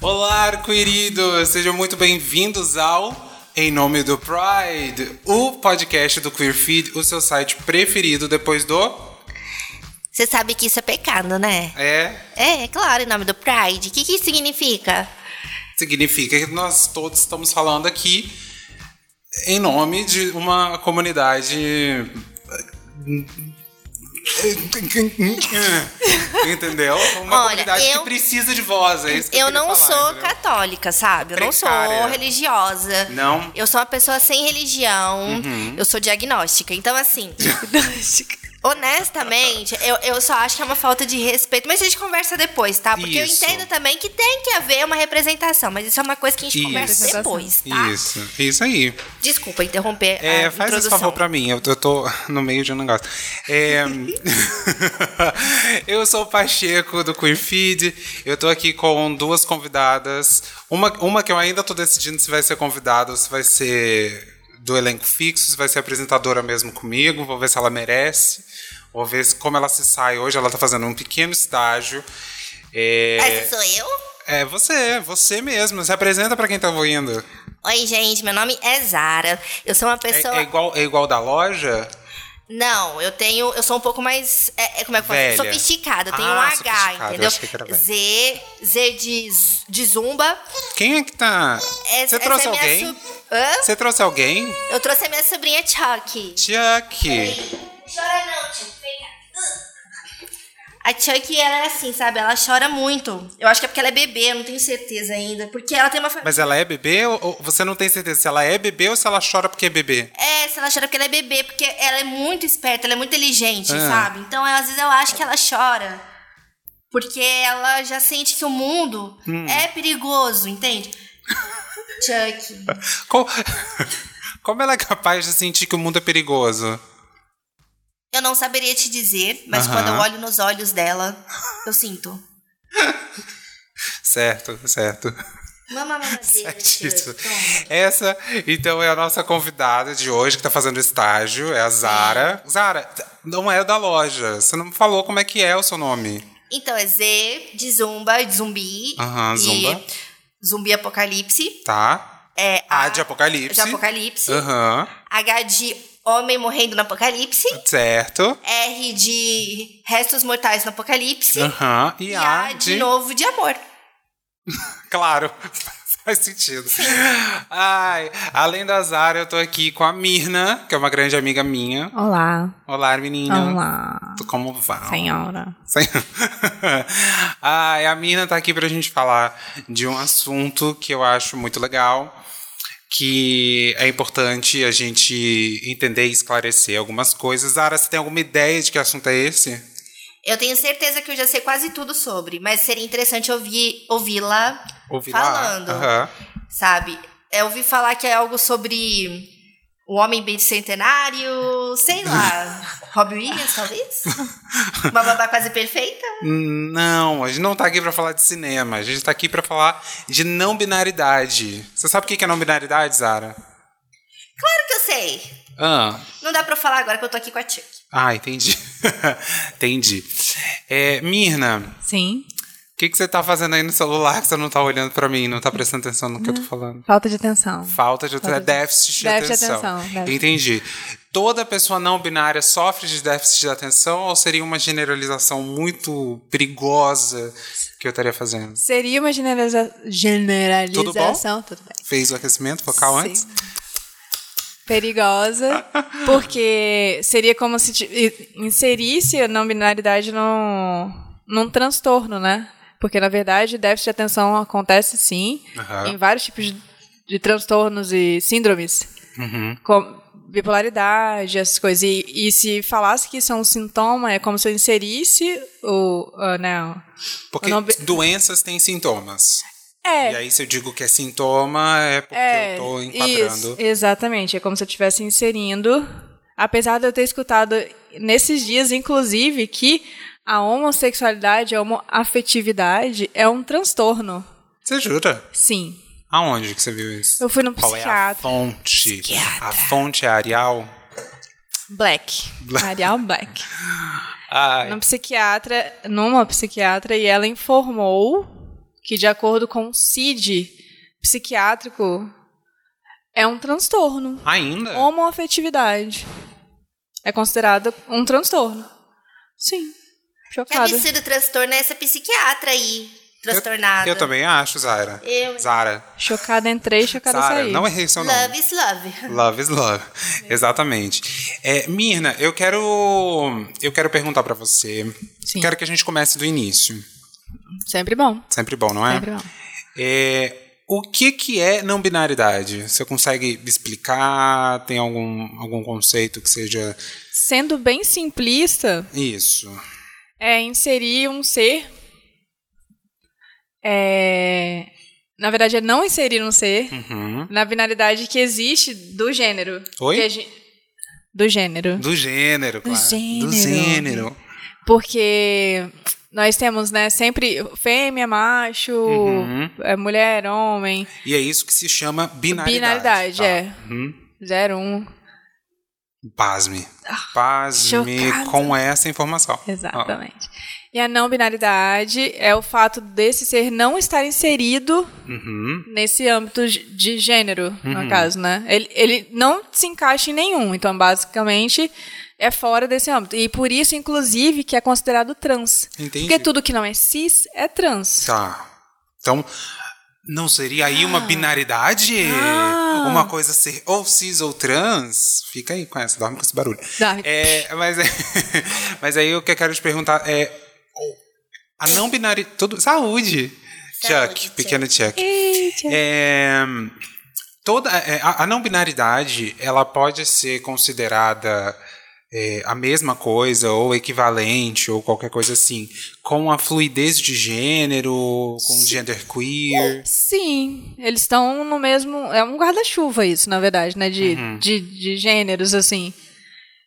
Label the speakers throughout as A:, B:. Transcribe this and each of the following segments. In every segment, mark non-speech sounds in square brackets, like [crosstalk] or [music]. A: Olá, queridos! Sejam muito bem-vindos ao Em Nome do Pride, o podcast do Queer Feed, o seu site preferido depois do.
B: Você sabe que isso é pecado, né?
A: É.
B: É, é claro, em nome do Pride. O que, que isso significa?
A: Significa que nós todos estamos falando aqui em nome de uma comunidade. eh, Entendeu? Uma
B: Olha,
A: comunidade
B: eu-
A: que precisa de voz. É isso que eu,
B: Eu
A: queria
B: não
A: falar,
B: sou
A: entendeu?
B: católica, sabe? Eu não
A: Precária.
B: sou religiosa. [laughs]
A: Não? Uhum.
B: Eu sou uma pessoa sem religião. Eu sou diagnóstica. Então, assim. [laughs] Honestamente, eu, eu só acho que é uma falta de respeito. Mas a gente conversa depois, tá? Porque
A: Isso.
B: eu entendo também que tem que haver uma representação. Mas isso é uma coisa que a gente
A: Isso.
B: conversa depois, tá?
A: Isso, isso aí.
B: Desculpa interromper
A: É,
B: a
A: faz esse
B: introdução.
A: favor pra mim, eu tô, eu tô [laughs] no meio de um negócio. É, [laughs] eu sou o Pacheco do Queer Feed, eu tô aqui com duas convidadas. Uma, uma que eu ainda tô decidindo se vai ser convidada ou se vai ser do elenco fixo, se vai ser apresentadora mesmo comigo, vou ver se ela merece, vou ver se- como ela se sai hoje. Ela tá fazendo um pequeno estágio. É,
B: Essa sou eu?
A: é você, você mesmo, se apresenta pra quem tá ouvindo.
B: Oi, gente, meu nome é Zara. Eu sou uma
A: É,
B: pessoa.
A: é igual, é igual da loja?
B: Não, eu tenho. Eu sou um pouco mais. é, é, como é que eu
A: Velha.
B: falo? Sofisticada. Eu tenho um
A: Ah,
B: H,
A: sofisticada, eu
B: entendeu?
A: achei que era velha.
B: Z, Z de, z- de zumba.
A: Quem é que tá?
B: Essa-
A: Você trouxe
B: essa é minha
A: alguém?
B: so- Hã?
A: Você trouxe alguém?
B: Eu trouxe a minha sobrinha Chuck.
A: Chuck.
B: Chora não, Chuck. A Chuck, ela é assim, sabe? Ela chora muito. Eu acho que é porque ela é bebê, eu não tenho certeza ainda. Porque ela tem uma família.
A: Mas ela é bebê ou ou você não tem certeza se ela é bebê ou se ela chora porque é bebê?
B: É, se ela chora porque ela é bebê, porque ela é muito esperta, ela é muito inteligente,
A: Ah.
B: sabe? Então, eu- às vezes eu acho que ela chora. Porque ela já sente que o mundo
A: Hum.
B: é
A: [laughs]
B: perigoso, entende? Chuck.
A: Co- [laughs] Como ela é capaz de sentir que o mundo é perigoso?
B: Eu não saberia te dizer, mas
A: Aham.
B: quando eu olho nos olhos dela, eu sinto.
A: Certo, certo.
B: Mama,
A: [laughs]
B: mamadeira,
A: Isso.
B: Chuck. toma.
A: Essa, então, é a nossa convidada de hoje que tá fazendo estágio, é a Zara. Zara, não é da loja. Você não me falou como é que é o seu nome.
B: Então, é Z de zumba, de zumbi.
A: Aham,
B: e
A: zumba.
B: Zumbi apocalipse.
A: Tá?
B: É
A: A, de
B: de
A: Apocalipse. Ah.
B: apocalipse.
A: Aham.
B: H de homem morrendo no apocalipse.
A: Certo.
B: R de restos mortais no apocalipse.
A: Aham. E,
B: E A de novo de amor.
A: Claro, [laughs] faz sentido. Ai, além da Zara, eu tô aqui com a Mirna, que é uma grande amiga minha.
C: Olá.
A: Olá, menina.
C: Olá.
A: Tu Como vão?
C: Senhora.
A: Sem- [laughs] Ai, a Mirna tá aqui pra gente falar de um assunto que eu acho muito legal, que é importante a gente entender e esclarecer algumas coisas. Zara, você tem alguma ideia de que assunto é esse?
B: Eu tenho certeza que eu já sei quase tudo sobre, mas seria interessante ouvir ouvi-la,
A: Ouvi
B: Falando.
A: Lá? Aham.
B: sabe? Eu ouvi falar que é algo sobre um homem bicentenário,
A: [laughs]
B: sei lá, Robbie Williams, talvez? Uma babá quase perfeita?
A: Não, a gente não tá aqui pra falar de cinema, a gente tá aqui pra falar de não binaridade. Você sabe o que que é não binaridade, Zara?
B: Claro que eu sei.
A: Ah,
B: Não dá pra eu falar agora que eu tô aqui com a Chuck.
A: ah entendi. [laughs] entendi. É, Mirna,
C: Sim.
A: o que, que você tá fazendo aí no celular que você não tá olhando pra mim, não tá prestando atenção no que eu tô falando?
C: Falta de atenção.
A: Falta de atenção,
C: Hum. Falta de-
A: déficit de
C: Déficit de
A: atenção.
C: atenção, déficit.
A: Entendi. Toda pessoa não binária sofre de déficit de atenção ou seria uma generalização muito perigosa que eu estaria fazendo?
C: Seria uma generaliza- generalização. Tudo bem.
A: Fez o aquecimento vocal
C: Sim.
A: antes?
C: Perigosa, porque seria como se ti- inserisse a não binaridade num, num transtorno, né? Porque, na verdade, déficit de atenção acontece sim
A: Aham.
C: em vários tipos de, de transtornos e síndromes.
A: Uhum.
C: com bipolaridade, essas coisas. E, e se falasse que isso é um sintoma, é como se eu inserisse o. ah, não.
A: Porque
C: O nome-
A: doenças têm sintomas. E
C: É.
A: aí, se eu digo que é sintoma, é porque
C: É,
A: eu tô
C: isso,
A: enquadrando.
C: exatamente, é como se eu estivesse inserindo. Apesar de eu ter escutado nesses dias, inclusive, que a homossexualidade, a homoafetividade é um transtorno.
A: Você jura?
C: Sim.
A: Aonde que você viu isso?
C: Eu fui num
A: Qual é a
C: psiquiatra.
A: fonte?
B: Psiquiatra.
A: A fonte é Arial?
C: Black. Arial Black.
A: [laughs] Ai,
C: Ah, num psiquiatra, numa psiquiatra, e ela informou que de acordo com o CID psiquiátrico é um transtorno.
A: Ainda?
C: Homoafetividade é considerada um transtorno. Sim.
B: Que
C: Chocada.
B: absurdo transtorno é essa psiquiatra aí, transtornada.
A: Eu também acho, Zaira.
B: Eu-
A: Zara.
C: Chocada entrei, chocada
A: Zara,
C: saí.
A: não é errei seu nome.
B: Love is love. Ah,
A: Love is love. Exatamente. É, Mirna, eu quero eu quero perguntar pra você.
C: Sim.
A: Quero que a gente comece do início.
C: Sempre bom.
A: Sempre bom, não é?
C: Sempre bom.
A: É, o que que é não binaridade? Você consegue explicar? Tem algum algum conceito que seja
C: Sendo bem simplista,
A: isso?
C: é inserir um ser. É... Na verdade, é não inserir um ser
A: Uhum.
C: na binaridade que existe do gênero.
A: Oi?
C: Que a gen- Do gênero.
A: Do gênero,
C: Do
A: claro.
C: gênero. Tipo,
A: Do gênero.
C: Porque nós temos, né, sempre fêmea, macho,
A: Uhum.
C: é, mulher, homem.
A: E é isso que se chama binaridade.
C: Binaridade,
A: tá?
C: é.
A: Uhum.
C: Zero, um.
A: Pasme. Pasme
C: Ah, chocada.
A: com essa informação. Ah.
C: Exatamente. E a não binaridade é o fato desse ser não estar inserido
A: Uhum.
C: nesse âmbito g- de gênero,
A: Uhum.
C: no caso, né? Ele, ele não se encaixa em nenhum, então basicamente é fora desse âmbito. E por isso, inclusive, que é considerado trans.
A: Entendi.
C: Porque tudo que não é cis é trans.
A: Tá. Então, não seria aí uma binaridade?
C: Ah.
A: Uma coisa ser ou cis ou trans? Fica aí com essa, dorme com esse barulho.
C: Dá-
A: É, [laughs] mas, mas aí o que eu quero te perguntar é. A não binaridade. Tudo, saúde!
B: Saúde,
A: Chuck,
B: Chuck.
A: pequeno Chuck.
C: Eita.
A: É, toda é, a, a não binaridade ela pode ser considerada é, a mesma coisa ou equivalente ou qualquer coisa assim com a fluidez de gênero com gender queer
C: Sim, eles estão no mesmo. É um guarda-chuva, isso, na verdade, né? De, de, de gêneros, assim.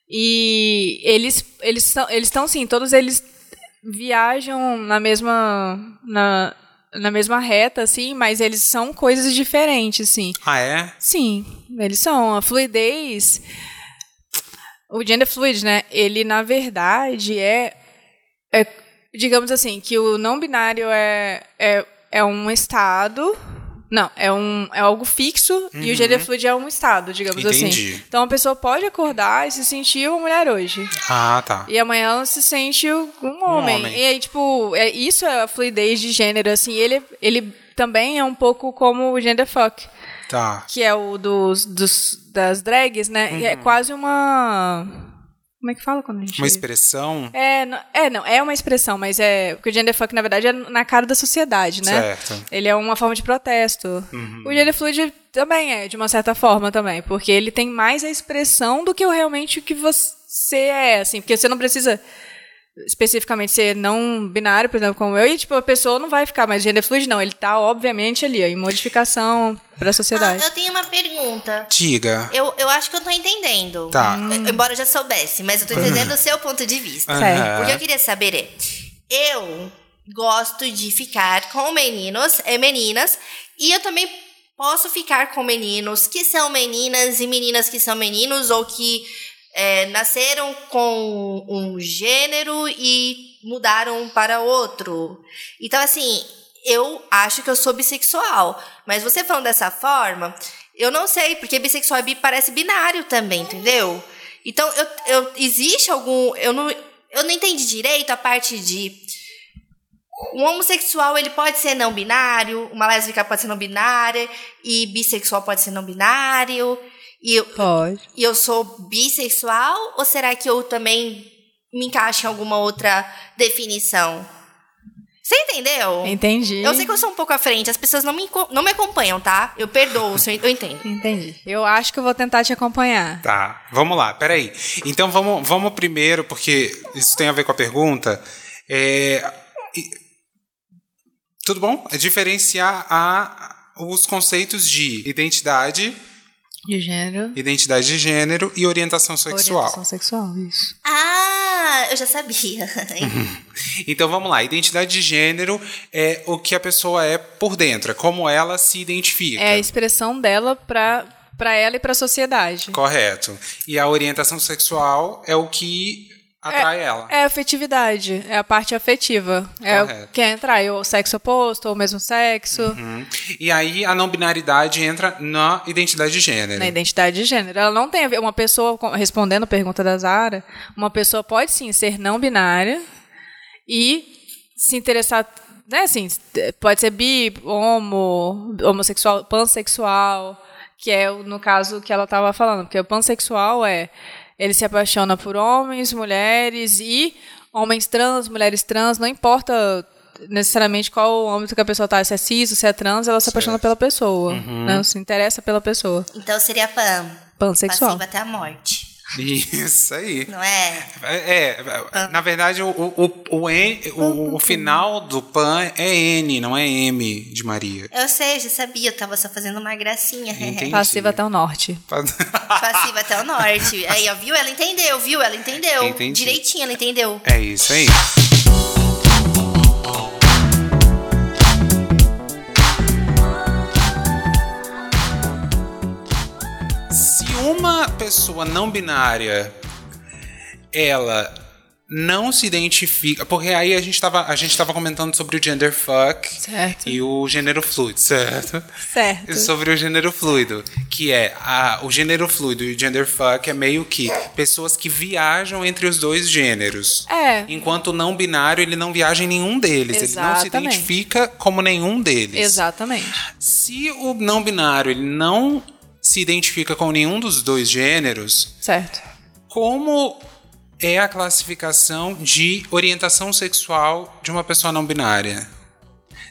C: E eles eles estão, eles estão sim, todos eles viajam na mesma. Na, na mesma reta, assim, mas eles são coisas diferentes, sim.
A: ah é
C: Sim, eles são. A fluidez. O gender fluid, né? Ele, na verdade, é. é, digamos assim, que o não binário é, é, é um estado. Não, é, um, é algo fixo e o gender fluid é um estado, digamos
A: Uhum. Entendi.
C: assim. Então a pessoa pode acordar e se sentir uma mulher hoje.
A: ah tá
C: E amanhã ela se sente um homem.
A: homem.
C: E aí, tipo, é, isso é a fluidez de gênero, assim. Ele, ele também é um pouco como o genderfuck
A: tá
C: que é o dos, dos- das drags, né? E É quase uma. Como é que fala quando a gente.
A: Uhum. uma expressão
C: é, não, é, não, é uma expressão, mas é. Porque o genderfuck, na verdade, é na cara da sociedade, né?
A: certo Uhum.
C: Ele é uma forma de protesto. O gender fluid também é, de uma certa forma também, porque ele tem mais a expressão do que o realmente o que você é, assim, porque você não precisa especificamente ser não binário, por exemplo, como eu, e tipo, a pessoa não vai ficar mais gender fluid, não, ele tá obviamente ali, ó, em modificação pra
B: Ah,
C: sociedade.
B: eu tenho uma pergunta.
A: diga
B: Eu, eu acho que eu tô entendendo.
A: Tá. Uhum.
B: Embora eu já soubesse, mas eu tô entendendo o seu ponto de vista.
A: Aham.
B: O que eu queria saber é: eu gosto de ficar com meninos e meninas, e eu também posso ficar com meninos que são meninas e meninas que são meninos, ou que é, nasceram com um gênero e mudaram um para outro. Então, assim, eu acho que eu sou bissexual, mas você falando dessa forma, eu não sei, porque bissexual e bi parece binário também, entendeu? Então, eu, eu- existe algum. Eu não, eu não entendi direito a parte de. Um homossexual, ele pode ser não binário, uma lésbica pode ser não binária, e bissexual pode ser não binário, e, eu-
C: Pode.
B: e eu sou bissexual? Ou será que eu também me encaixo em alguma outra definição? Você entendeu?
C: Entendi.
B: Eu sei que eu sou um pouco à frente, as pessoas não me, enco- não me acompanham, tá? Eu perdoo, se eu eu entendo.
C: Entendi. Eu acho que eu vou tentar te acompanhar.
A: Tá, vamos lá, peraí. Então vamos, vamos primeiro, porque isso tem a ver com a pergunta. É, e- tudo bom? É diferenciar a, os conceitos de identidade,
C: De gênero.
A: identidade de gênero e orientação sexual.
C: Orientação sexual, isso.
B: Ah, eu já sabia.
A: Então vamos lá, identidade de gênero é o que a pessoa é por dentro, é como ela se identifica.
C: É a expressão dela pra, pra ela e pra sociedade.
A: Correto. E a orientação sexual é o que atrai ela.
C: É a afetividade, é a parte afetiva. É o
A: Correto.
C: que atrai, ou sexo oposto, ou mesmo sexo,
A: Uhum. E aí a não binaridade entra na identidade de gênero.
C: na identidade de gênero. Ela não tem a ver. Uma pessoa, com- respondendo a pergunta da Zara, uma pessoa pode sim ser não binária e se interessar. Né, assim, pode ser bi, homo, homossexual, pansexual, que é o- no caso que ela estava falando, porque o pansexual é ele se apaixona por homens, mulheres e homens trans, mulheres trans, não importa necessariamente qual o âmbito que a pessoa está, se é cis, ou se é trans, ela se apaixona pela pessoa, né, se interessa pela pessoa.
B: Então seria pan.
C: Pansexual.
B: Passiva até a morte.
A: Isso aí.
B: Não é?
A: É, é, na verdade, o, o, o, o en- o- o final do pan é N, não é M de Maria.
B: Eu sei, já sabia, eu tava só fazendo uma gracinha. [laughs]
A: Entendi.
C: Passiva até o norte.
B: Passiva até o
A: [laughs]
B: norte. Aí, ó, viu? Ela entendeu, viu? Ela entendeu.
A: Entendi.
B: Direitinho, ela entendeu.
A: É isso aí. Se uma pessoa não binária ela não se identifica, porque aí a gente tava, a gente tava comentando sobre o gender fuck
C: Certo.
A: e o gênero fluido, certo?
C: Certo.
A: Sobre o gênero fluido, que é a, o gênero fluido e o gender fuck é meio que pessoas que viajam entre os dois gêneros.
C: É.
A: Enquanto o não binário, ele não viaja em nenhum deles. Ele não
C: Exatamente.
A: se identifica como nenhum deles.
C: Exatamente.
A: Se o não binário ele não se identifica com nenhum dos dois gêneros,
C: Certo.
A: como é a classificação de orientação sexual de uma pessoa não binária?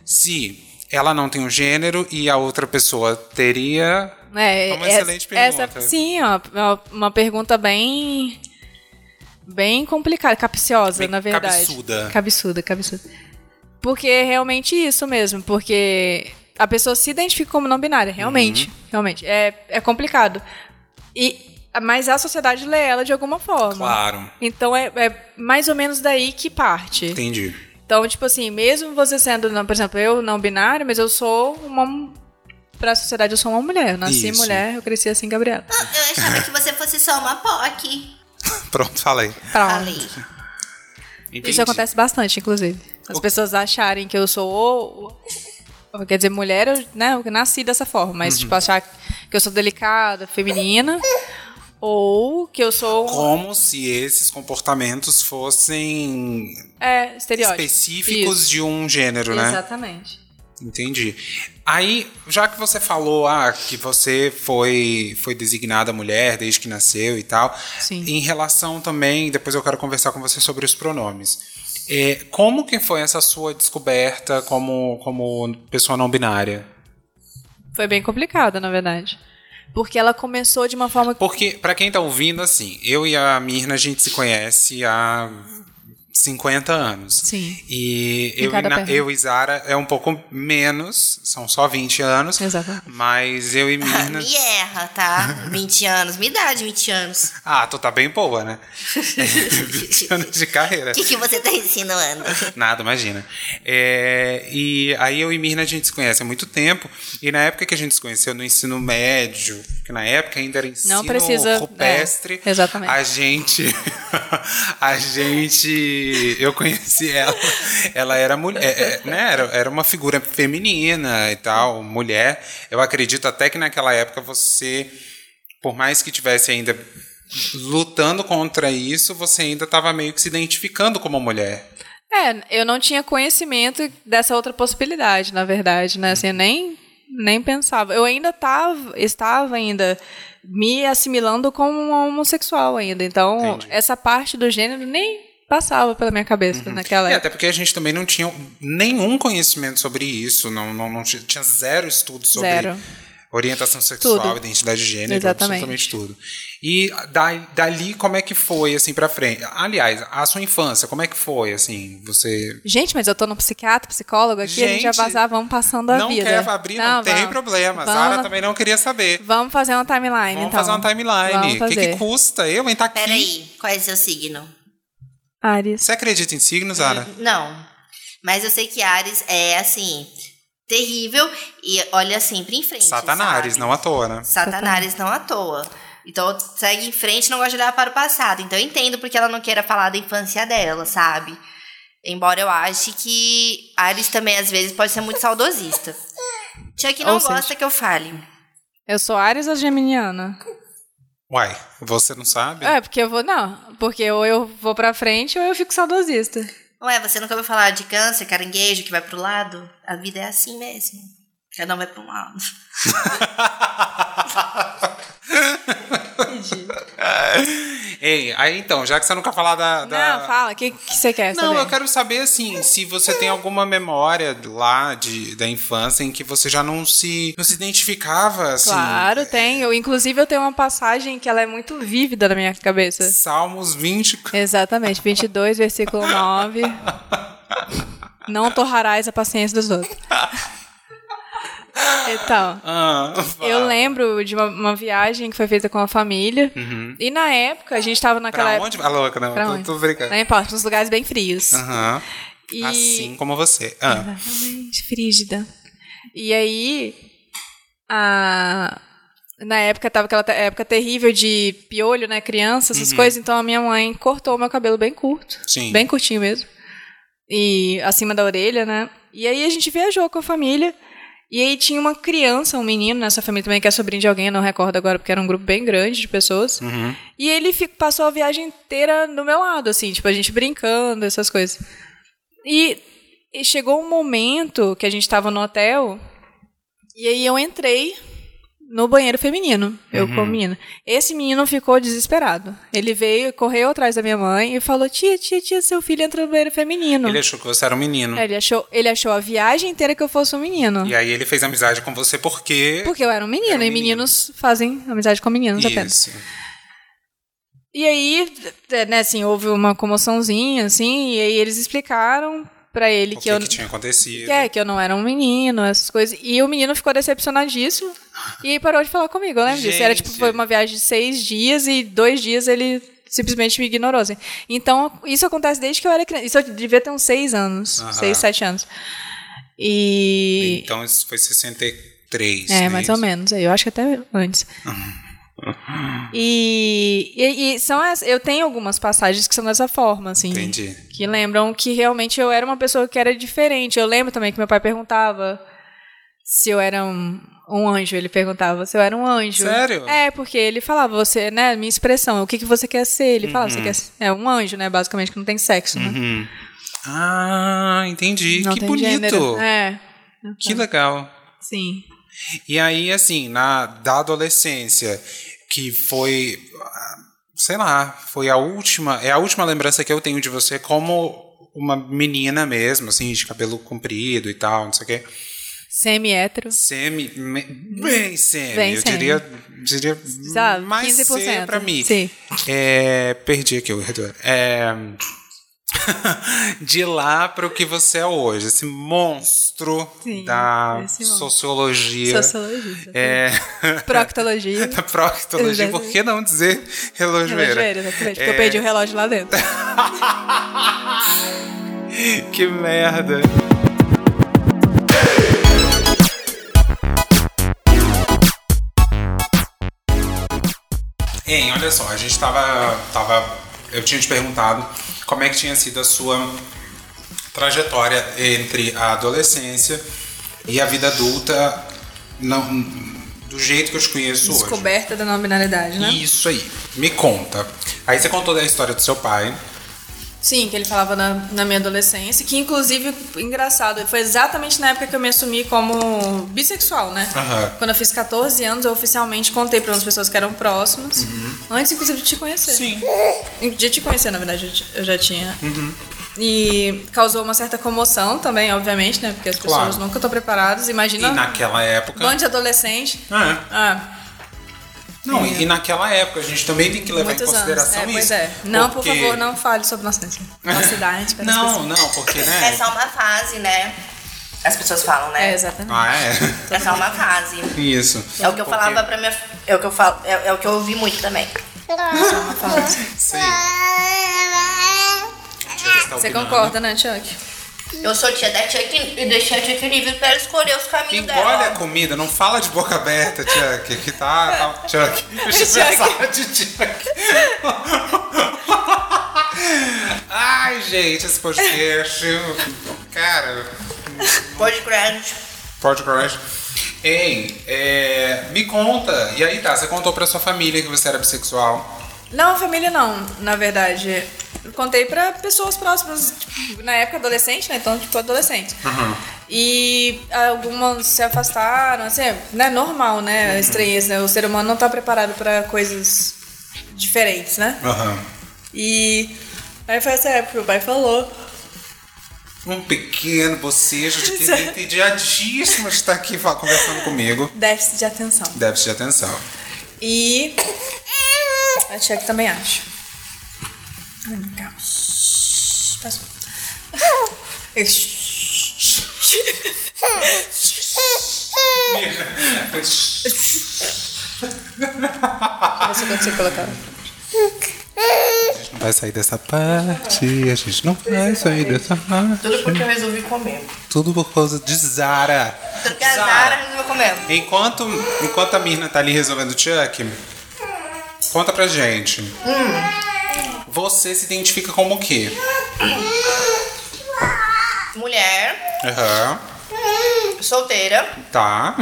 A: Se ela não tem um gênero e a outra pessoa teria.
C: É,
A: É uma
C: essa-
A: excelente pergunta.
C: essa- sim, ó, é uma, uma pergunta bem. Bem complicada, capciosa,
A: Bem
C: na verdade.
A: cabeçuda.
C: Cabeçuda, cabeçuda. Porque é realmente isso mesmo, porque a pessoa se identifica como não binária, realmente.
A: Uhum.
C: Realmente. É, é complicado. E, mas a sociedade lê ela de alguma forma.
A: Claro.
C: Então é, é mais ou menos daí que parte.
A: Entendi.
C: Então, tipo assim, mesmo você sendo, não- por exemplo, eu não binário, mas eu sou uma. Pra sociedade, eu sou uma mulher. Eu nasci
A: Isso.
C: mulher, eu cresci assim, Gabriela.
B: Ah, Eu achava que você fosse só uma POC.
A: Pronto, falei.
C: Pronto.
B: Falei.
A: Entendi.
C: Isso acontece bastante, inclusive. As
A: O-
C: pessoas acharem que eu sou ou. ou- Quer dizer, mulher, eu, né, eu nasci dessa forma, mas,
A: Uhum.
C: tipo, achar que eu sou delicada, feminina, ou que eu sou. um,
A: Como se esses comportamentos fossem
C: É, estereótipo.
A: específicos de um gênero, né?
C: Exatamente.
A: Entendi. Aí, já que você falou ah, que você foi, foi designada mulher desde que nasceu e tal,
C: Sim.
A: em relação também, depois eu quero conversar com você sobre os pronomes. É, como que foi essa sua descoberta como, como pessoa não binária?
C: Foi bem complicada, na verdade. Porque ela começou de uma forma
A: Porque, pra quem tá ouvindo, assim, eu e a Mirna, a gente se conhece há 50 anos.
C: Sim.
A: E
C: Em
A: eu e,
C: cada
A: na-
C: perna.
A: eu e Zara é um pouco menos, são só 20 anos.
C: Exatamente.
A: Mas eu e Mirna.
B: "Ah, [laughs] Me erra, tá?
A: [laughs]
B: 20 anos. Me dá de 20 anos.
A: Ah, tu tá bem boa, né? 20 anos de carreira.
B: O que, que você tá insinuando?
A: [laughs] Nada, imagina. É, e aí eu e Mirna a gente se conhece há muito tempo. E na época que a gente se conheceu no ensino médio, que na época ainda era ensino
C: Não precisa-
A: rupestre.
C: é, exatamente.
A: A gente. [laughs] a gente. Eu conheci ela. Ela era mulher. é, é, Né? Era, era uma figura feminina e tal, mulher. Eu acredito até que naquela época você. Por mais que tivesse ainda lutando contra isso, você ainda estava meio que se identificando como mulher.
C: É, eu não tinha conhecimento dessa outra possibilidade, na verdade, né? Assim, eu nem, nem pensava. Eu ainda tava, estava ainda me assimilando como um homossexual ainda. Então,
A: Entendi.
C: essa parte do gênero nem passava pela minha cabeça naquela
A: É,
C: época.
A: até porque a gente também não tinha nenhum conhecimento sobre isso, não, não, não tinha, tinha zero estudo sobre
C: Zero.
A: orientação sexual,
C: Tudo.
A: identidade de gênero,
C: Exatamente.
A: absolutamente tudo. E da, dali, como é que foi, assim, pra frente? Aliás, a sua infância, como é que foi, assim, você...
C: Gente, mas eu tô no psiquiatra, psicólogo aqui, a gente já
A: Gente,
C: vazar, vamos passando a
A: não
C: vida.
A: quer abrir, não, tem
C: vamos.
A: problema.
C: Vamos,
A: Zara também não queria saber.
C: Vamos fazer uma timeline,
A: Vamos
C: então.
A: fazer uma
C: Vamos
A: timeline. O que,
C: fazer.
A: que custa eu em estar aqui?
B: Peraí, qual é seu signo?
C: Ares.
A: Você acredita em signos, Zara?
B: Não. Mas eu sei que Ares é, assim, terrível e olha sempre em frente.
A: Satanares,
B: sabe?
A: não à toa, né?
B: Satanares não à toa. Então segue em frente, não gosta de olhar para o passado. Então eu entendo porque ela não queira falar da infância dela, sabe? Embora eu ache que Ares também às vezes pode ser muito
C: [laughs]
B: saudosista. Chuck não
C: Ou seja-
B: gosta que eu fale.
C: Eu sou Ares ou Geminiana?
A: Uai, você não
C: [laughs]
A: sabe? [laughs]
C: É, porque eu vou. Não, porque ou eu vou pra frente ou eu fico saudosista.
B: Ué, você nunca ouviu falar de câncer, caranguejo que vai pro lado? A vida é assim mesmo. Cada um vai pra um
C: [laughs]
B: lado.
A: [laughs] Ei, aí então, já que você nunca falou da. da-
C: Não, fala, o que, que você quer
A: Não,
C: saber?
A: eu quero saber assim, se você tem alguma memória lá de, da infância em que você já não se, não se identificava, assim.
C: Claro, tem. Eu, inclusive, eu tenho uma passagem que ela é muito vívida na minha cabeça.
A: Salmos 20.
C: Exatamente, 22, versículo 9. Não torrarás a paciência dos outros. Então,
A: [laughs] Ah,
C: eu lembro de uma, uma viagem que foi feita com a família. E na época, a gente tava naquela
A: Uhum. Pra
C: época. né,
A: onde? Ah, louca, não.
C: Pra
A: tô,
C: onde?
A: tô brincando.
C: Não importa, uns lugares bem frios.
A: Aham.
C: E...
A: Ah, Assim como você. Ah,
C: Exatamente, frígida. E aí, a- na época tava aquela te- época terrível de piolho, né, criança, essas coisas, então a minha mãe cortou o meu cabelo bem curto,
A: sim.
C: bem curtinho mesmo. E acima da orelha, né? E aí a gente viajou com a família. E aí tinha uma criança, um menino nessa família também que é sobrinho de alguém, eu não recordo agora, porque era um grupo bem grande de pessoas.
A: Uhum.
C: E ele fi- passou a viagem inteira do meu lado, assim, tipo, a gente brincando, essas coisas. E, e chegou um momento que a gente tava no hotel, e aí eu entrei no banheiro feminino, eu
A: Uhum.
C: com a menina. Esse menino ficou desesperado. Ele veio, correu atrás da minha mãe e falou: Tia, tia, tia, seu filho entrou no banheiro feminino.
A: Ele achou que você era um menino.
C: Ele achou, ele achou a viagem inteira que eu fosse um menino.
A: E aí ele fez amizade com você porque.
C: Porque eu era um menino,
A: Era um
C: e
A: menino.
C: meninos fazem amizade com meninos apenas.
A: Isso.
C: E aí, é, né, assim, houve uma comoçãozinha, assim, e aí eles explicaram pra ele
A: O
C: que,
A: que,
C: eu
A: que tinha acontecido.
C: que é, que eu não era um menino, essas coisas. E o menino ficou decepcionadíssimo e aí parou de falar comigo, eu lembro disso. Era tipo,
A: Gente.
C: foi uma viagem de seis dias e dois dias ele simplesmente me ignorou, assim. Então, isso acontece desde que eu era criança. Isso eu devia ter uns seis anos,
A: Aham.
C: seis, sete anos. E...
A: Então isso foi 63.
C: É,
A: né?
C: mais ou
A: Isso.
C: menos. Eu acho que até
A: [laughs]
C: antes. e, e- e são as, eu tenho algumas passagens que são dessa forma, assim.
A: Entendi.
C: Que lembram que realmente eu era uma pessoa que era diferente. Eu lembro também que meu pai perguntava se eu era um, um anjo. Ele perguntava se eu era um anjo.
A: Sério?
C: É, porque ele falava, você, né, minha expressão, o que, que você quer ser? Ele falava, você
A: Uhum.
C: quer ser é, um anjo, né, basicamente, que não tem sexo, né?
A: Uhum. Ah, entendi.
C: Não
A: que
C: tem
A: bonito.
C: gênero. É.
A: Que legal.
C: Sim.
A: E aí, assim, na, da adolescência, que foi. ah, Sei lá, foi a última. É a última lembrança que eu tenho de você como uma menina mesmo, assim, de cabelo comprido e tal, não sei o quê.
C: Semi-hétero.
A: Semi. me- Bem semi.
C: Bem
A: eu
C: semi.
A: diria. diria
C: Sabe?
A: mais
C: 15%.
A: C pra mim.
C: Sim.
A: É, perdi aqui o redor. É, [laughs] de lá para o que você é hoje, esse monstro
C: Sim,
A: da
C: esse monstro.
A: sociologia,
C: Sociologia.
A: é,
C: [laughs]
A: Tá [laughs]
C: Proctologia.
A: da proctologia,
C: Exato.
A: por que não dizer relojoeira?
C: Relojoeira, exatamente,
A: É.
C: Porque eu perdi o relógio lá dentro.
A: [laughs] Que merda! Hein, olha só, a gente tava, tava. Eu tinha te perguntado como é que tinha sido a sua trajetória entre a adolescência e a vida adulta não, do jeito que eu te conheço hoje.
C: Descoberta da não binalidade, né?
A: Isso aí, me conta. Aí você contou da história do seu pai.
C: Sim, que ele falava na, na minha adolescência, que inclusive, engraçado, foi exatamente na época que eu me assumi como bissexual, né?
A: Aham.
C: Quando eu fiz 14 anos, eu oficialmente contei para umas pessoas que eram próximas,
A: Uhum.
C: antes inclusive de te conhecer. De te conhecer, na verdade, eu ti- eu já tinha.
A: Uhum.
C: E causou uma certa comoção também, obviamente, né? Porque as pessoas
A: Claro.
C: nunca estão preparadas.
A: E
C: Imagina
A: naquela
C: um
A: época.
C: bando de adolescente.
A: Ah, é.
C: Ah,
A: Não, e naquela época a gente também tem que levar
C: muitos
A: em
C: anos.
A: consideração
C: É,
A: isso.
C: pois é. Não,
A: porque-
C: por
A: [laughs]
C: favor, não fale sobre nossa, nossa idade. para as
A: Não,
C: pessoas.
A: não, porque,
B: É
A: né?
B: só uma fase, né? As pessoas falam, né?
C: É, exatamente.
A: Ah, é?
B: É só uma fase.
A: Isso.
B: É o que eu
A: Porque-
B: falava pra minha. É o que eu falo. É, é o que eu ouvi muito também.
A: Sim. Deixa eu ver se tá
C: Você
A: opinando.
C: concorda, né, Chuck?
B: Eu sou tia da tia que, e deixei a tia que livre pra ela escolher os caminhos
A: Engole a
B: dela.
A: comida, não fala de boca aberta, Chuck. Que tá. tá Chuck. Deixa eu pensar de Chuck. [laughs] Ai, gente, esse podcast. Cara,
B: Pode crer. tipo,
A: podcast. Ei, é, me conta. E aí tá, você contou pra sua família que você era bissexual.
C: Não, família não, na verdade. Eu Contei pra pessoas próximas, tipo, na época adolescente, né? Então, tipo, adolescente. E algumas se afastaram, assim, é né, normal, né?
A: Uhum.
C: A estranheza, né? O ser humano não tá preparado pra coisas diferentes, né?
A: Aham.
C: E aí foi essa época que o pai falou.
A: Um pequeno bocejo de quem é entediadíssimo de estar aqui fa- conversando comigo.
C: Déficit de atenção.
A: Déficit de atenção.
C: E. A tia que também acha. Ai, meu Deus. Passou. Você quando você colocar.
A: não [laughs] vai sair dessa parte, a gente não vai sair dessa parte.
B: Tudo porque eu resolvi comer.
A: Tudo por causa de Zara.
B: Tudo que a Zara resolveu comer.
A: Enquanto, enquanto a Mirna tá ali resolvendo o Chuck, conta pra gente.
B: Hum.
A: Você se identifica como o quê?
B: Mulher,
A: Aham.
B: solteira,
C: [laughs]
A: Tá.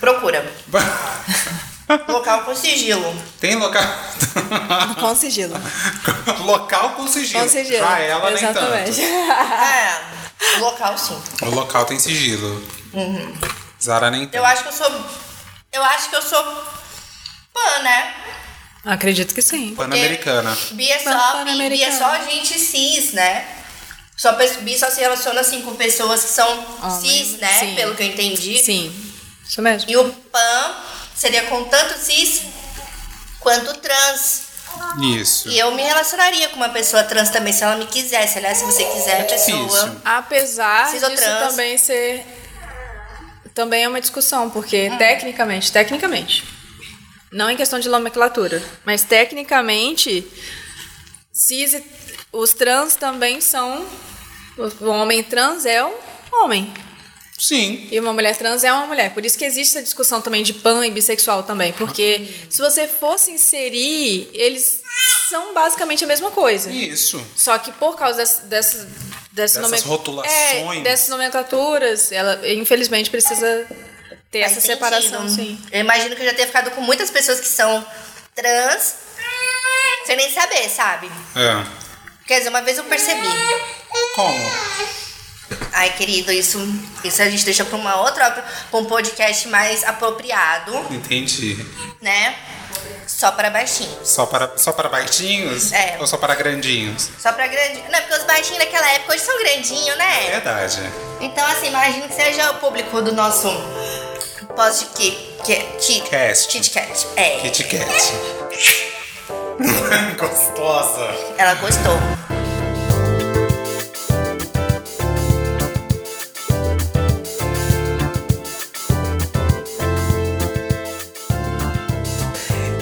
B: procura. Local com sigilo.
A: Tem
C: [laughs]
A: local.
C: Ah, Com sigilo.
A: local com sigilo.
C: Com sigilo.
A: Já ela nem
C: Exatamente. Ah.
B: É, local sim.
A: tanto. O local tem sigilo.
C: Uhum.
A: Zara nem tanto.
B: Eu acho que eu sou. Eu acho que eu sou pan, né?
C: Acredito que sim.
A: Pan-americana.
B: Bi é só,
C: Pan-pan-americana.
B: bi, bi é só gente cis, né? Só, pe- bi só se relaciona assim com pessoas que são
C: Homem,
B: cis, né?
C: sim.
B: Pelo que eu entendi.
C: Sim. Isso mesmo.
B: E o pan seria com tanto cis quanto trans.
C: é-
A: Isso.
B: E eu me relacionaria com uma pessoa trans também, se ela me quisesse. Aliás, se você quiser, pessoa.
A: Difícil.
C: Apesar
B: Cisotrans.
C: disso também ser. Também é uma discussão, porque tecnicamente, tecnicamente, não em questão de nomenclatura, mas tecnicamente, cis, e- os trans também são. O homem trans é um homem.
A: Sim.
C: E uma mulher trans é uma mulher. Por isso que existe essa discussão também de pan e bissexual também. Porque se você fosse inserir, eles são basicamente a mesma coisa.
A: Isso.
C: Só que por causa dessa, dessa, dessa
A: Dessas rotulações.
C: É, dessas nomenclaturas, ela infelizmente precisa ter
B: Faz
C: essa
B: sentido.
C: separação, sim.
B: Eu imagino que eu já tenha ficado com muitas pessoas que são trans, sem nem saber, sabe?
A: É.
B: Quer dizer, uma vez eu percebi.
A: Como?
B: Ai, querido, isso, isso a gente deixa pra uma outra, hora, pra um podcast mais apropriado,
A: Entendi.
B: né? Só pra baixinhos.
A: Só para, só para baixinhos?
B: É.
A: Ou só para grandinhos?
B: Só pra grandinho. Não, é porque os baixinhos daquela época hoje são grandinhos, né?
C: É.
A: Verdade.
B: Então, assim, imagino que seja o público do nosso podcast.
A: Cast.
B: Kit Kat. É.
A: Kit Kat.
C: É.
A: [laughs] Gostosa.
B: Ela gostou.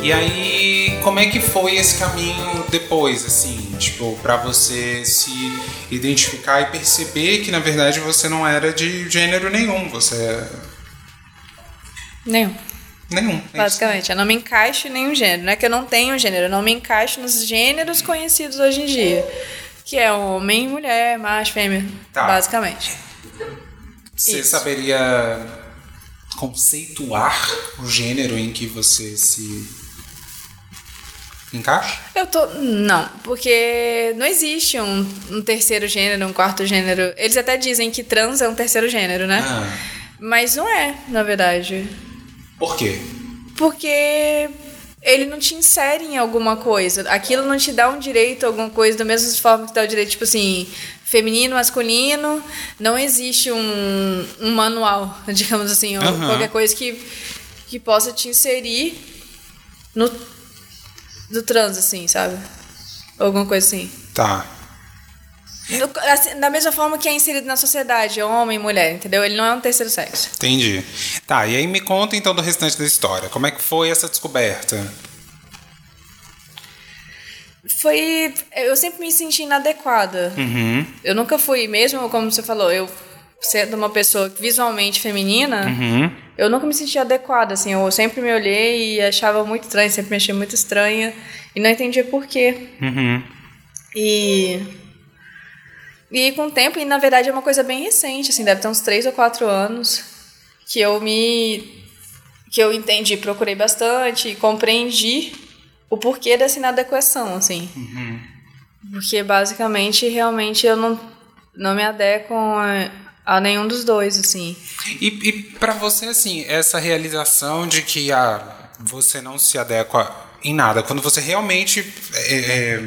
A: E aí, como é que foi esse caminho depois, assim? Tipo, pra você se identificar e perceber que, na verdade, você não era de gênero nenhum. Você é...
C: Nenhum.
A: Nenhum. é isso.
C: Basicamente, eu não me encaixo em nenhum gênero. Não é que eu não tenho gênero, eu não me encaixo nos gêneros conhecidos hoje em dia. Que é homem, mulher, macho, fêmea.
A: Tá.
C: Basicamente.
A: Você
C: Isso.
A: saberia conceituar o gênero em que você se encaixa?
C: Eu tô. Não, porque não existe um, um terceiro gênero, um quarto gênero. Eles até dizem que trans é um terceiro gênero, né?
A: Ah,
C: Mas não é, na verdade.
A: por quê?
C: Porque ele não te insere em alguma coisa. Aquilo não te dá um direito a alguma coisa, da mesma forma que dá o direito, tipo assim, feminino, masculino. Não existe um, um manual, [laughs] digamos assim, ou
A: Aham.
C: qualquer coisa que, que possa te inserir no, no trans, assim, sabe? Alguma coisa assim.
A: Tá.
C: No- assim, da mesma forma que é inserido na sociedade, homem e mulher, entendeu? Ele não é um terceiro sexo.
A: Entendi. Tá, e aí me conta então do restante da história. Como é que foi essa descoberta?
C: Foi. Eu sempre me senti inadequada.
A: Uhum.
C: Eu nunca fui, mesmo como você falou, eu sendo uma pessoa visualmente feminina,
A: Uhum.
C: eu nunca me sentia adequada, assim. Eu sempre me olhei e achava muito estranho, sempre me achei muito estranha. E não entendia por quê.
A: Uhum.
C: E. E com o tempo, e na verdade é uma coisa bem recente, assim, deve ter uns 3 ou 4 anos que eu me. que eu entendi, procurei bastante e compreendi o porquê dessa inadequação, assim. Porque basicamente, realmente eu não, não me adequo a, a nenhum dos dois, assim.
A: E, e para você, assim, essa realização de que ah, você não se adequa em nada, quando você realmente é, é,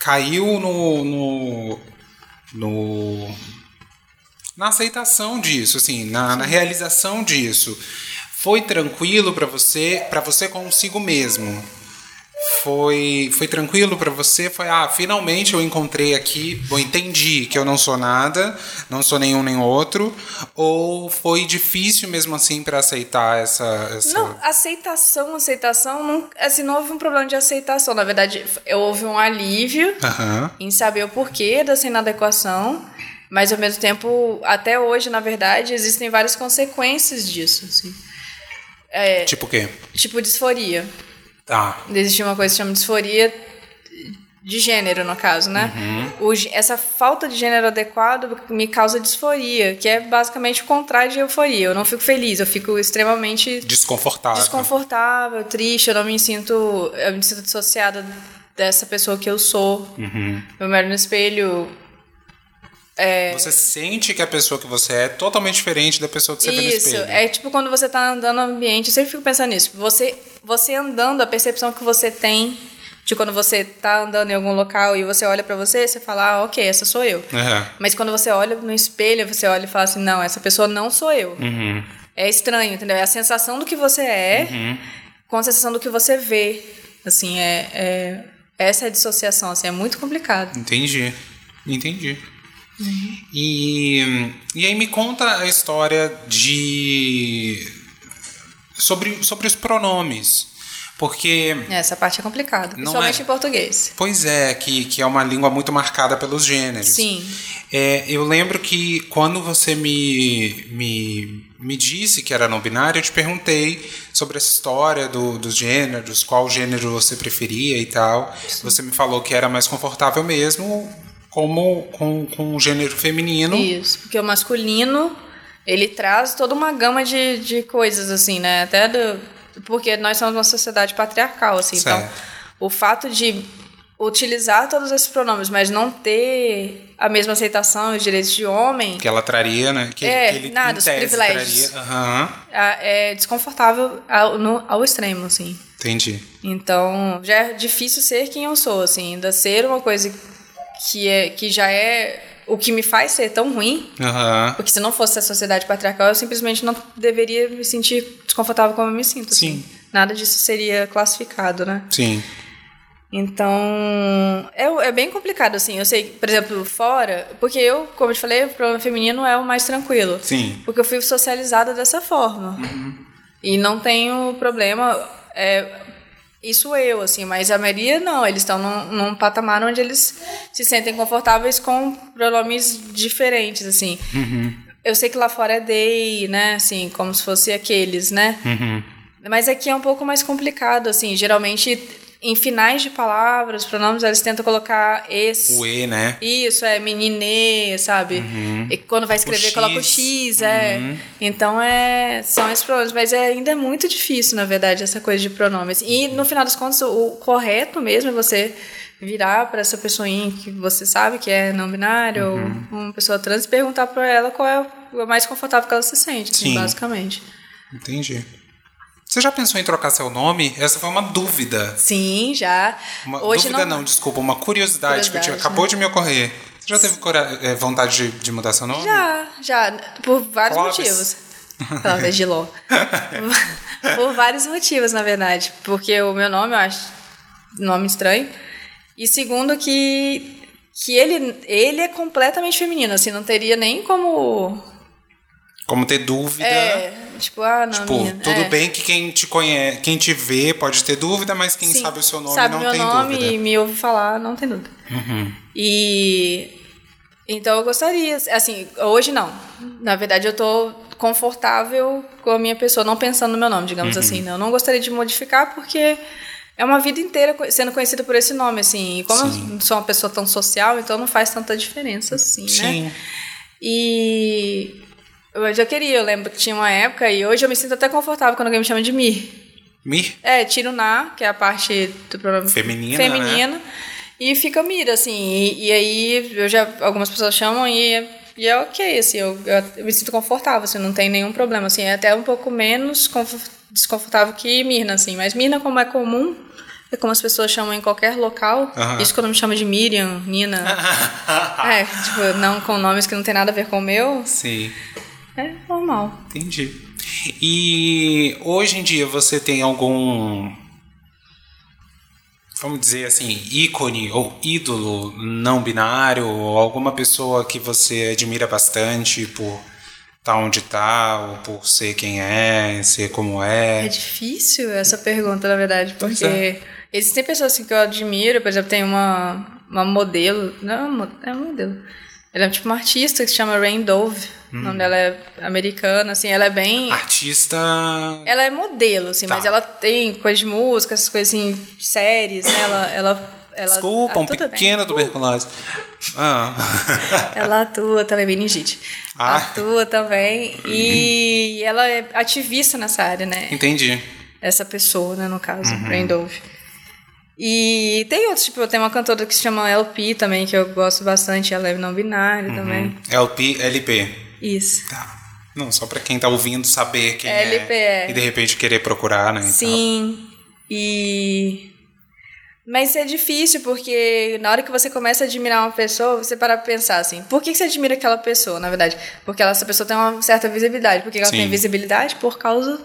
A: caiu no, no, no- na aceitação disso, assim, na, na realização disso, foi tranquilo para você, para você consigo mesmo? Foi, foi tranquilo para você? Foi, ah, finalmente eu encontrei aqui, eu entendi que eu não sou nada, não sou nenhum nem outro? Ou foi difícil mesmo assim para aceitar essa. essa...
C: Não, aceitação, aceitação, não, assim, não houve um problema de aceitação. Na verdade, eu- houve um alívio
A: Aham.
C: em saber o porquê dessa inadequação, mas ao mesmo tempo, até hoje, na verdade, existem várias consequências disso. Assim.
A: Tipo o quê?
C: Tipo disforia.
A: Tá.
C: Existe uma coisa que se chama disforia de gênero, no caso, né? O gê- essa falta de gênero adequado me causa disforia, que é basicamente o contrário de euforia. Eu não fico feliz, eu fico extremamente
A: Desconfortável.
C: desconfortável, triste, eu não me sinto, eu me sinto dissociada dessa pessoa que eu sou. Eu me olho no espelho,
A: Você sente que a pessoa que você é é totalmente diferente da pessoa que você vê no
C: Isso,
A: espelho. né?
C: é tipo quando você tá andando no ambiente, eu sempre fico pensando nisso. Você, você andando, a percepção que você tem de quando você tá andando em algum local e você olha pra você, você fala, ah, ok, essa sou eu.
A: Aham.
C: Mas quando você olha no espelho, você olha e fala assim, não, essa pessoa não sou eu.
A: Uhum.
C: É estranho, entendeu? É a sensação do que você é com a sensação do que você vê. Assim, é, é- essa é a dissociação, assim, é muito complicado.
A: Entendi. Entendi. E, e aí me conta a história de. sobre, sobre os pronomes. Porque.
C: Essa parte é complicada,
A: Não
C: principalmente
A: é.
C: em português.
A: Pois é, que, que é uma língua muito marcada pelos gêneros.
C: Sim.
A: É, eu lembro que quando você me, me, me disse que era não binário, eu te perguntei sobre essa história do, dos gêneros, qual gênero você preferia e tal. Você me falou que era mais confortável mesmo como com, com o gênero feminino.
C: Isso, porque o masculino, ele traz toda uma gama de, de coisas, assim, né? Até do. Porque nós somos uma sociedade patriarcal, assim. Então,
A: Certo.
C: o fato de utilizar todos esses pronomes, mas não ter a mesma aceitação e os direitos de homem,
A: Que ela traria, né? Que,
C: É,
A: que ele,
C: nada,
A: em
C: os
A: tese,
C: privilégios.
A: traria. Aham,
C: a- é desconfortável ao, no- ao extremo, assim.
A: entendi.
C: Então, já é difícil ser quem eu sou, assim. Ainda ser uma coisa que, é, que já é o que me faz ser tão ruim,
A: Aham.
C: Porque se não fosse a sociedade patriarcal, eu simplesmente não deveria me sentir desconfortável como eu me sinto. assim. Nada disso seria classificado, né?
A: Sim.
C: Então, é, é bem complicado, assim. Eu sei, por exemplo, fora... Porque eu, como eu te falei, o problema feminino é o mais tranquilo.
A: Sim.
C: Porque eu fui socializada dessa forma. E não tenho problema... é, isso eu, assim. Mas a maioria, não. Eles estão num, num patamar onde eles se sentem confortáveis com pronomes diferentes, assim. Eu sei que lá fora é day, né? Assim, como se fosse aqueles, né?
A: Uhum.
C: Mas aqui é um pouco mais complicado, assim. Geralmente, em finais de palavras, pronomes, eles tentam colocar esse.
A: O E, né?
C: Isso, é meninê, sabe? E quando vai escrever,
A: Uhum. O X. Uhum.
C: coloca o X, é. Então, é, são esses pronomes. Mas é, ainda é muito difícil, na verdade, essa coisa de pronomes. E, no final das contas, o, o correto mesmo é você virar para essa pessoinha que você sabe que é não binário
A: Uhum.
C: ou uma pessoa trans e perguntar para ela qual é o mais confortável que ela se sente, assim,
A: Sim.
C: basicamente.
A: Entendi. Você já pensou em trocar seu nome? Essa foi uma dúvida.
C: Sim, já.
A: Uma
C: Hoje
A: dúvida não... desculpa, uma curiosidade, que eu tive,
C: Curiosidade, né?
A: acabou de me ocorrer. Você já teve cora- eh, vontade de, de mudar seu nome?
C: Já, já. Por vários
A: Clóvis. [laughs]
C: motivos. Clóvis de Ló. Por vários motivos, na verdade. Porque o meu nome, eu acho nome estranho. E segundo que, que ele, ele é completamente feminino, assim, não teria nem como
A: Como ter dúvida.
C: É, tipo, ah, não,
A: Então, né? Tipo,
C: minha,
A: tudo
C: é.
A: bem que quem te conhece, quem te vê pode ter dúvida, mas quem
C: Sim,
A: sabe o seu nome
C: sabe
A: não
C: meu
A: tem
C: nome né? e
A: dúvida. Uhum.
C: me ouve falar, não tem dúvida. E então eu gostaria, assim, hoje não. Na verdade, eu tô confortável com a minha pessoa, não pensando no meu nome,
A: Uhum.
C: digamos assim. Não, eu não gostaria de modificar porque é uma vida inteira co- sendo conhecida por esse nome, assim. E como eu
A: Sim.
C: não sou uma pessoa tão social, então não faz tanta diferença, assim, né?
A: Sim.
C: E eu já queria, eu lembro que tinha uma época, e hoje eu me sinto até confortável quando alguém me chama de Mir.
A: Mi?
C: É, tira o na, que é a parte do problema
A: Feminina, né?
C: feminino, e fica mira, assim. E, e aí eu já, algumas pessoas chamam e, e é ok, assim, eu, eu, eu me sinto confortável, assim, não tem nenhum problema. Assim, é até um pouco menos confo- desconfortável que Mirna, assim. Mas Mirna, como é comum, é como as pessoas chamam em qualquer local.
A: Aham. Ah.
C: Isso quando me chama de Miriam, Nina. é, tipo, não com nomes que não tem nada a ver com o meu,
A: [laughs] Sim.
C: é normal.
A: Entendi. E hoje em dia você tem algum, vamos dizer assim, ícone ou ídolo não binário, ou alguma pessoa que você admira bastante por estar onde está, ou por ser quem é, ser como
C: É
A: é?
C: difícil essa pergunta, na verdade,
A: Pois é.
C: porque existem pessoas assim, que eu admiro, por exemplo, tem uma, uma modelo, não é uma mo- é uma modelo, ela é tipo uma artista que se chama Rain Dove, o
A: Hum.
C: nome dela é americana, assim, ela é bem...
A: Artista.
C: Ela é modelo, assim,
A: Ah. Tá.
C: mas ela tem coisas de música, essas coisas assim, de séries, né? Ela, ela, ela
A: Desculpa,
C: ah,
A: um
C: tudo bem.
A: pequeno tuberculose. Ah. [laughs]
C: Ela atua também, meningite.
A: Ah.
C: Atua também. E ela é ativista nessa área, né?
A: Entendi.
C: essa pessoa, né, no caso,
A: Uhum.
C: Randolph. E tem outros, tipo, tem uma cantora que se chama LP também, que eu gosto bastante, ela é não binária também.
A: LP, LP.
C: Isso.
A: Uhum. Tá. Não, só pra quem tá ouvindo saber quem é.
C: LP, é.
A: E de repente querer procurar, né? e
C: Sim. E mas é difícil porque na hora que você começa a admirar uma pessoa, você para pra pensar assim, por que que você admira aquela pessoa, na verdade? Porque ela, essa pessoa tem uma certa visibilidade, porque ela
A: Sim.
C: tem visibilidade por causa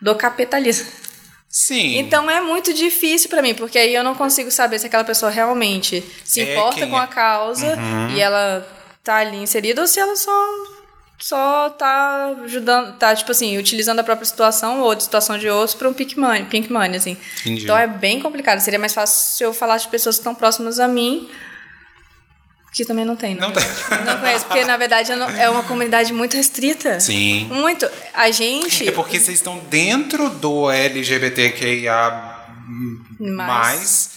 C: do capitalismo.
A: tal. Sim.
C: Então é muito difícil pra mim, porque aí eu não consigo saber se aquela pessoa realmente se
A: É
C: importa
A: quem
C: com
A: é. Uhum.
C: a causa e ela tá ali inserida ou se ela só só tá ajudando, tá tipo assim, utilizando a própria situação ou de situação de outros pra um pink money, pink money assim.
A: Entendi.
C: Então é bem complicado, seria mais fácil se eu falasse de pessoas que estão próximas a mim. Que também não tem, né?
A: Não tem.
C: Não conheço, porque na verdade eu não- é uma comunidade muito restrita.
A: Sim.
C: Muito. A gente.
A: É porque vocês estão dentro do LGBTQIA.
C: Mais.
A: Mais.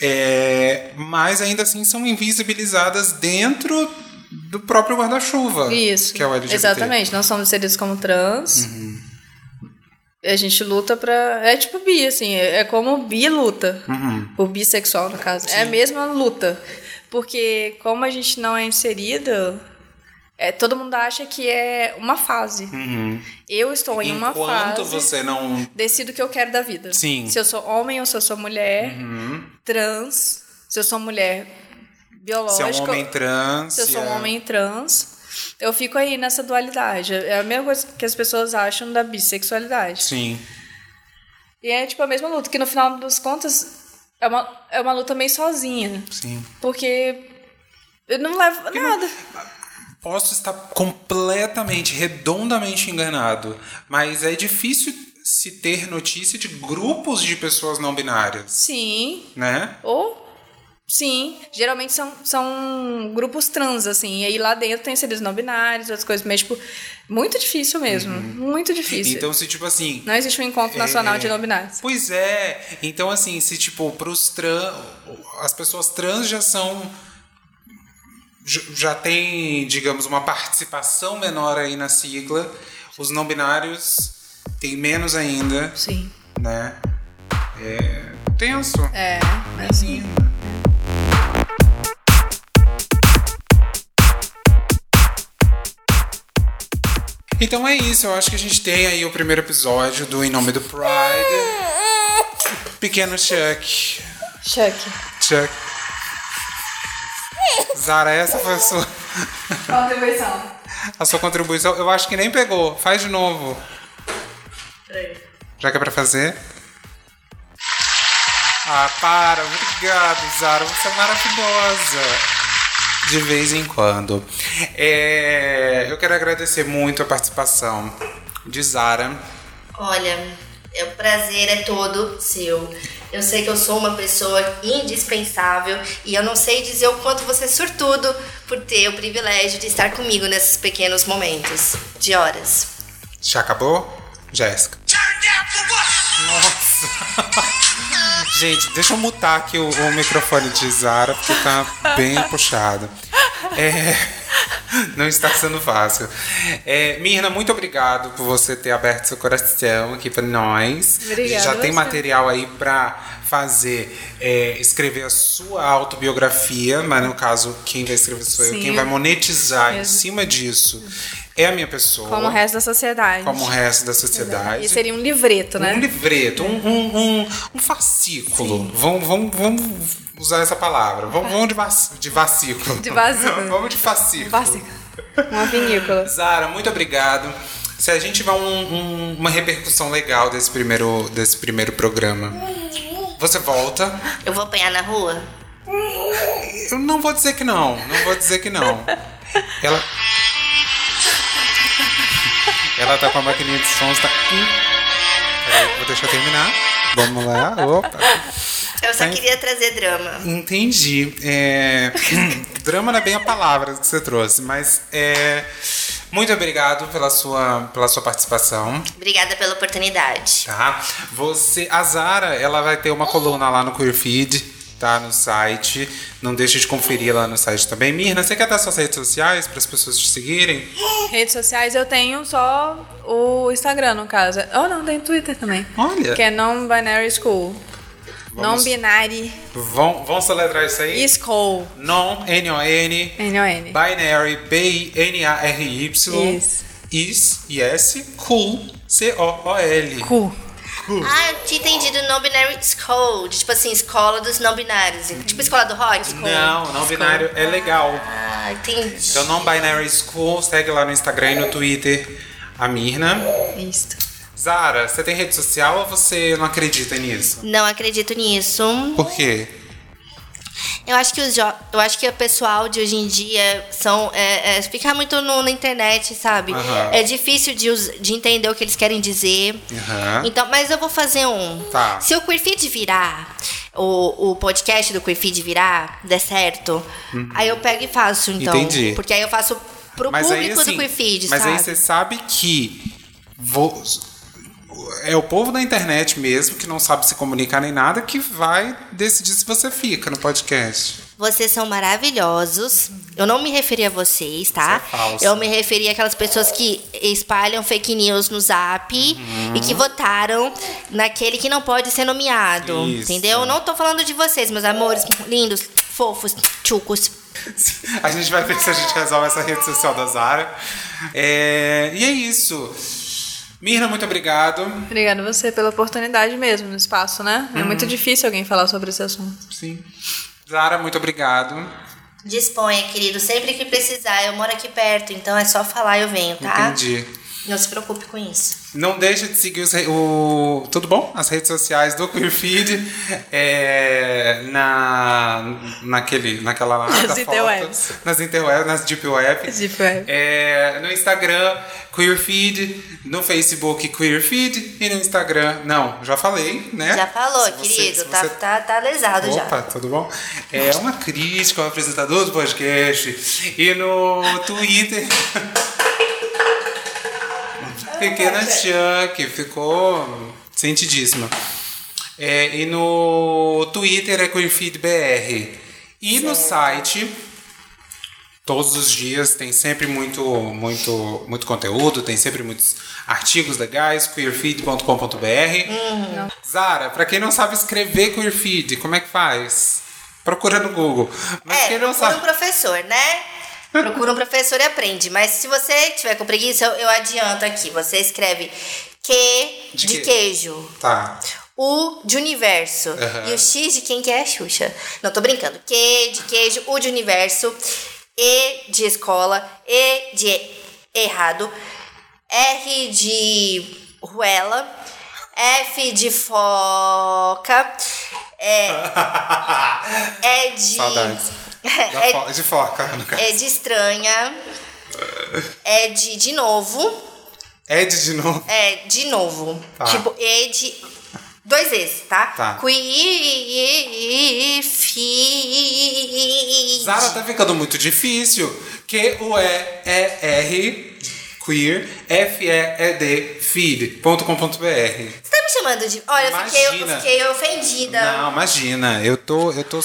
A: É, mas ainda assim são invisibilizadas dentro do próprio guarda-chuva.
C: Isso.
A: Que é o LGBT.
C: Exatamente. Nós somos inseridos como trans. A gente luta pra. É tipo bi, assim. É é como o bi luta.
A: Uhum.
C: O bissexual, no caso. É a mesma luta. Porque como a gente não é inserido, é, todo mundo acha que é uma fase.
A: Uhum.
C: Eu estou em uma
A: Enquanto
C: fase.
A: você não.
C: Decido o que eu quero da vida.
A: Sim.
C: Se eu sou homem ou se eu sou mulher. Trans. Se eu sou mulher
A: Se
C: biológica.
A: é um homem trans.
C: Se eu sou
A: é-
C: um homem trans, eu fico aí nessa dualidade. É a mesma coisa que as pessoas acham da bissexualidade.
A: é, Sim.
C: E é tipo a mesma luta, que no final das contas é uma, é uma luta meio sozinha.
A: Sim.
C: Porque eu não levo nada.
A: Posso estar completamente, redondamente enganado, mas é difícil se ter notícia de grupos de pessoas não binárias,
C: Sim.
A: né?
C: Ou. Sim, geralmente são, são grupos trans, assim. E aí lá dentro tem seres não binários, outras coisas, mas, tipo, muito difícil mesmo. Muito difícil.
A: Então, se tipo assim,
C: não existe um encontro nacional
A: É.
C: de não binários.
A: Pois é. Então, assim, se tipo, pros trans. As pessoas trans já são. j- Já tem, digamos, uma participação menor aí na sigla. Os não binários têm menos ainda,
C: Sim.
A: né? É tenso.
C: É, assim.
A: Então é isso, eu acho que a gente tem aí o primeiro episódio do Em Nome do Pride. Pequeno Chuck.
C: Chuck.
A: Chuck. Zara, essa foi a sua.
C: Contribuição.
A: a sua contribuição. Eu acho que nem pegou. Faz de novo. Já que é pra fazer. Ah, para. Obrigado, Zara. Você é maravilhosa. De vez em quando. É, eu quero agradecer muito a participação de Zara.
B: Olha, é, o prazer é todo seu. Eu sei que eu sou uma pessoa indispensável e eu não sei dizer o quanto você é sortudo por ter o privilégio de estar comigo nesses pequenos momentos de horas.
A: Já acabou? Jéssica. Nossa! [laughs] Gente, deixa eu mutar aqui o, o microfone de Zara, porque tá bem puxado. É, não está sendo fácil. É, Mirna, muito obrigado por você ter aberto seu coração aqui para nós.
C: Obrigada,
A: A gente já
C: você.
A: tem material aí para fazer, é, escrever a sua autobiografia, mas no caso, quem vai escrever sou eu,
C: Sim.
A: quem vai monetizar em
C: Mesmo.
A: cima disso é a minha pessoa.
C: Como o resto da sociedade.
A: como o resto da sociedade.
C: E seria um livreto, né?
A: Um livreto, um, um, um, um fascículo. Vamos, vamos, vamos usar essa palavra. Vamos, vamos de, vas, de vasículo.
C: De vasículo.
A: [laughs] vamos de fascículo.
C: Básica. Um Uma vinícola.
A: Zara, muito obrigado. Se a gente tiver um- um- uma repercussão legal desse primeiro, desse primeiro programa, você volta.
B: Eu vou apanhar na rua?
A: Eu não vou dizer que não. Não vou dizer que não. Ela. Ela tá com a maquininha de sons, tá. Hum. Peraí, vou deixar terminar. Vamos lá. Opa.
B: Eu só
A: Sim.
B: queria trazer drama.
A: Entendi. É, [coughs] Drama não é bem a palavra que você trouxe, mas é, muito obrigado pela sua, pela sua participação.
B: Obrigada pela oportunidade.
A: Tá? Você, a Zara, ela vai ter uma coluna lá no Queer Feed, tá? No site. Não deixe de conferir lá no site também. Mirna, você quer dar suas redes sociais para as pessoas te seguirem?
C: [laughs] Redes sociais eu tenho só o Instagram, no caso. Oh, não, tem Twitter também.
A: Olha.
C: Que é Non-Binary School.
A: Vamos-
C: Non-Binary
A: Vão, vão celebrar isso aí?
C: School.
A: Non, N-O-N,
C: N-O-N.
A: Binary, B-I-N-A-R-Y.
C: Isso.
A: Is, yes, cool, C-O-O-L.
C: Cu.
B: Ah, eu tinha entendido non-binary school. de, Tipo assim, escola dos não-binários. Tipo escola do rock?
A: Não, não binário é legal.
B: Ah, entendi.
A: Então, não binary school, segue lá no Instagram e no Twitter a Mirna.
C: Isso.
A: Zara, você tem rede social ou você não acredita nisso?
B: Não acredito nisso.
A: Por quê?
B: Eu acho que os jo- eu acho que o pessoal de hoje em dia são é, é, ficar muito no- na internet, sabe?
A: Aham.
B: É difícil de, us- de entender o que eles querem dizer.
A: Aham.
B: Então, mas eu vou fazer um.
A: Tá.
B: Se o Queerfeed virar, o, o podcast do Queerfeed virar, der certo, aí eu pego e faço, então.
A: Uhum. Entendi.
B: Porque aí eu faço pro
A: Mas aí,
B: público
A: assim,
B: do Queerfeed,
A: Mas
B: sabe?
A: aí você sabe que vo- é o povo da internet mesmo, que não sabe se comunicar nem nada, que vai decidir se você fica no podcast. [laughs]
B: Vocês são maravilhosos. Eu não me referi a vocês, tá?
A: Isso é falso.
B: Eu me referi àquelas pessoas que espalham fake news no zap e que votaram naquele que não pode ser nomeado.
A: Isso.
B: Entendeu? Não tô falando de vocês, meus amores lindos, fofos, tchucos.
A: A gente vai ver se a gente resolve essa rede social da Zara. É, E é isso. Mirna, muito obrigado.
C: Obrigada a você pela oportunidade mesmo no espaço, né?
A: Uhum.
C: É muito difícil alguém falar sobre esse assunto.
A: Sim. Zara, muito obrigado.
B: Disponha, querido. Sempre que precisar, eu moro aqui perto, então é só falar eu venho, tá?
A: Entendi.
B: Não se preocupe com isso.
A: Não deixa de seguir os re- o. Tudo bom? As redes sociais do Queerfeed. É, na, naquele, naquela lá. da foto.
C: interwebs.
A: Nas interwebs, nas deep web.
C: Deep web.
A: É, no Instagram, Queerfeed. No Facebook, Queerfeed. E no Instagram, não, já falei, né?
B: Já falou,
A: Se você-
B: querido.
A: se
B: Tá,
A: você-
B: tá, tá lesado já.
A: Opa, tudo bom? É uma crítica ao apresentador do podcast. E no Twitter. Pequena Chuck, ficou sentidíssima. É, e no Twitter é QueerFeedBR. E no site, todos os dias, tem sempre muito, muito, muito conteúdo, tem sempre muitos artigos legais, queerfeed.com.br.
B: Uhum.
A: Zara, pra quem não sabe escrever queerfeed, como é que faz? Procura no Google. Mas
B: É,
A: quem não
B: procura
A: sabe.
B: um professor, né? Procura um professor e aprende. Mas se você tiver com preguiça, eu, eu adianto aqui. Você escreve Q
A: De
B: de,
A: quê?
B: queijo. [laughs]
A: Tá.
B: U de universo.
A: Aham.
B: E o X de quem que é a Xuxa. Não, tô brincando. Q de queijo, U de universo. E de escola. E de errado. R de ruela. F de foca. É, é de. [laughs]
A: Saudades. Da fo- de foca, no caso.
B: É de estranha. É de de novo.
A: Ed de novo.
B: É de novo.
A: Tá.
B: Tipo, é de. Dois Es, tá?
A: Tá.
B: Queer.
A: Zara tá ficando muito difícil. Q-U-E-E-R, queer, F-E-E-D, feed.com.br.
B: Você tá me chamando de. Olha, eu fiquei, eu
A: Imagina.
B: fiquei ofendida.
A: Não, imagina, eu tô. Eu tô.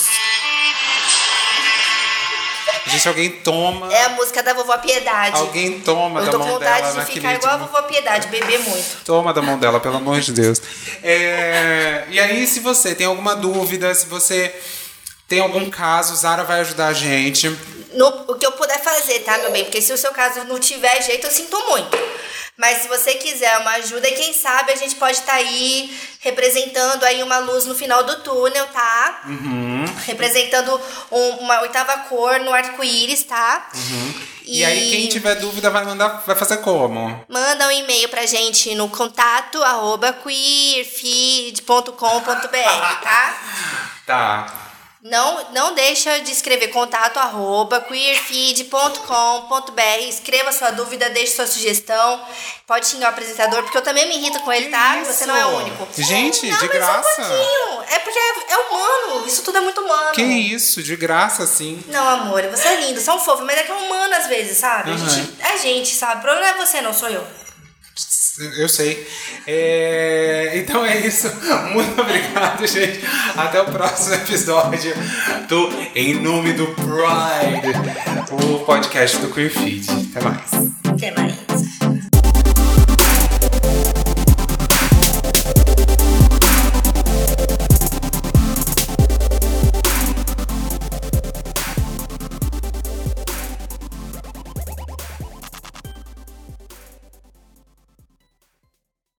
A: Gente, alguém toma.
B: É a música da vovó Piedade.
A: Alguém toma
B: eu
A: da
B: tô com
A: mão dela
B: vontade de
A: naquele
B: ficar igual a
A: ritmo.
B: vovó Piedade, beber muito.
A: Toma da mão dela, pelo amor de Deus. É, e aí, se você tem alguma dúvida, se você tem algum caso, Zara vai ajudar a gente.
B: no, o que eu puder fazer, tá, meu bem? Porque se o seu caso não tiver jeito, eu sinto muito. Mas se você quiser uma ajuda, e quem sabe a gente pode estar aí representando aí uma luz no final do túnel, tá?
A: Uhum.
B: Representando um- uma oitava cor no arco-íris, tá?
A: Uhum. E... aí, quem tiver dúvida vai mandar, vai fazer como?
B: Manda um e-mail pra gente no contato arroba queerfeed.com.br, tá?
A: Tá.
B: Não, não deixa de escrever contato arroba queerfeed.com.br. Escreva sua dúvida, deixe sua sugestão. Pode xingar o apresentador, porque eu também me irrito com ele, tá?
A: isso?
B: Você não é o único.
A: Gente,
B: não,
A: de
B: mas só um
A: graça.
B: pouquinho. é porque é, é humano. Isso tudo é muito humano.
A: Que isso, de graça, sim.
B: Não, amor, você é lindo, são fofo, mas é que é humano às vezes, sabe? A
A: Uhum.
B: gente, é gente, sabe? O problema é você, não sou eu.
A: Eu sei. É, Então é isso. Muito obrigado, gente. Até o próximo episódio do Em Nome do Pride, o podcast do Queer Feed. Até mais.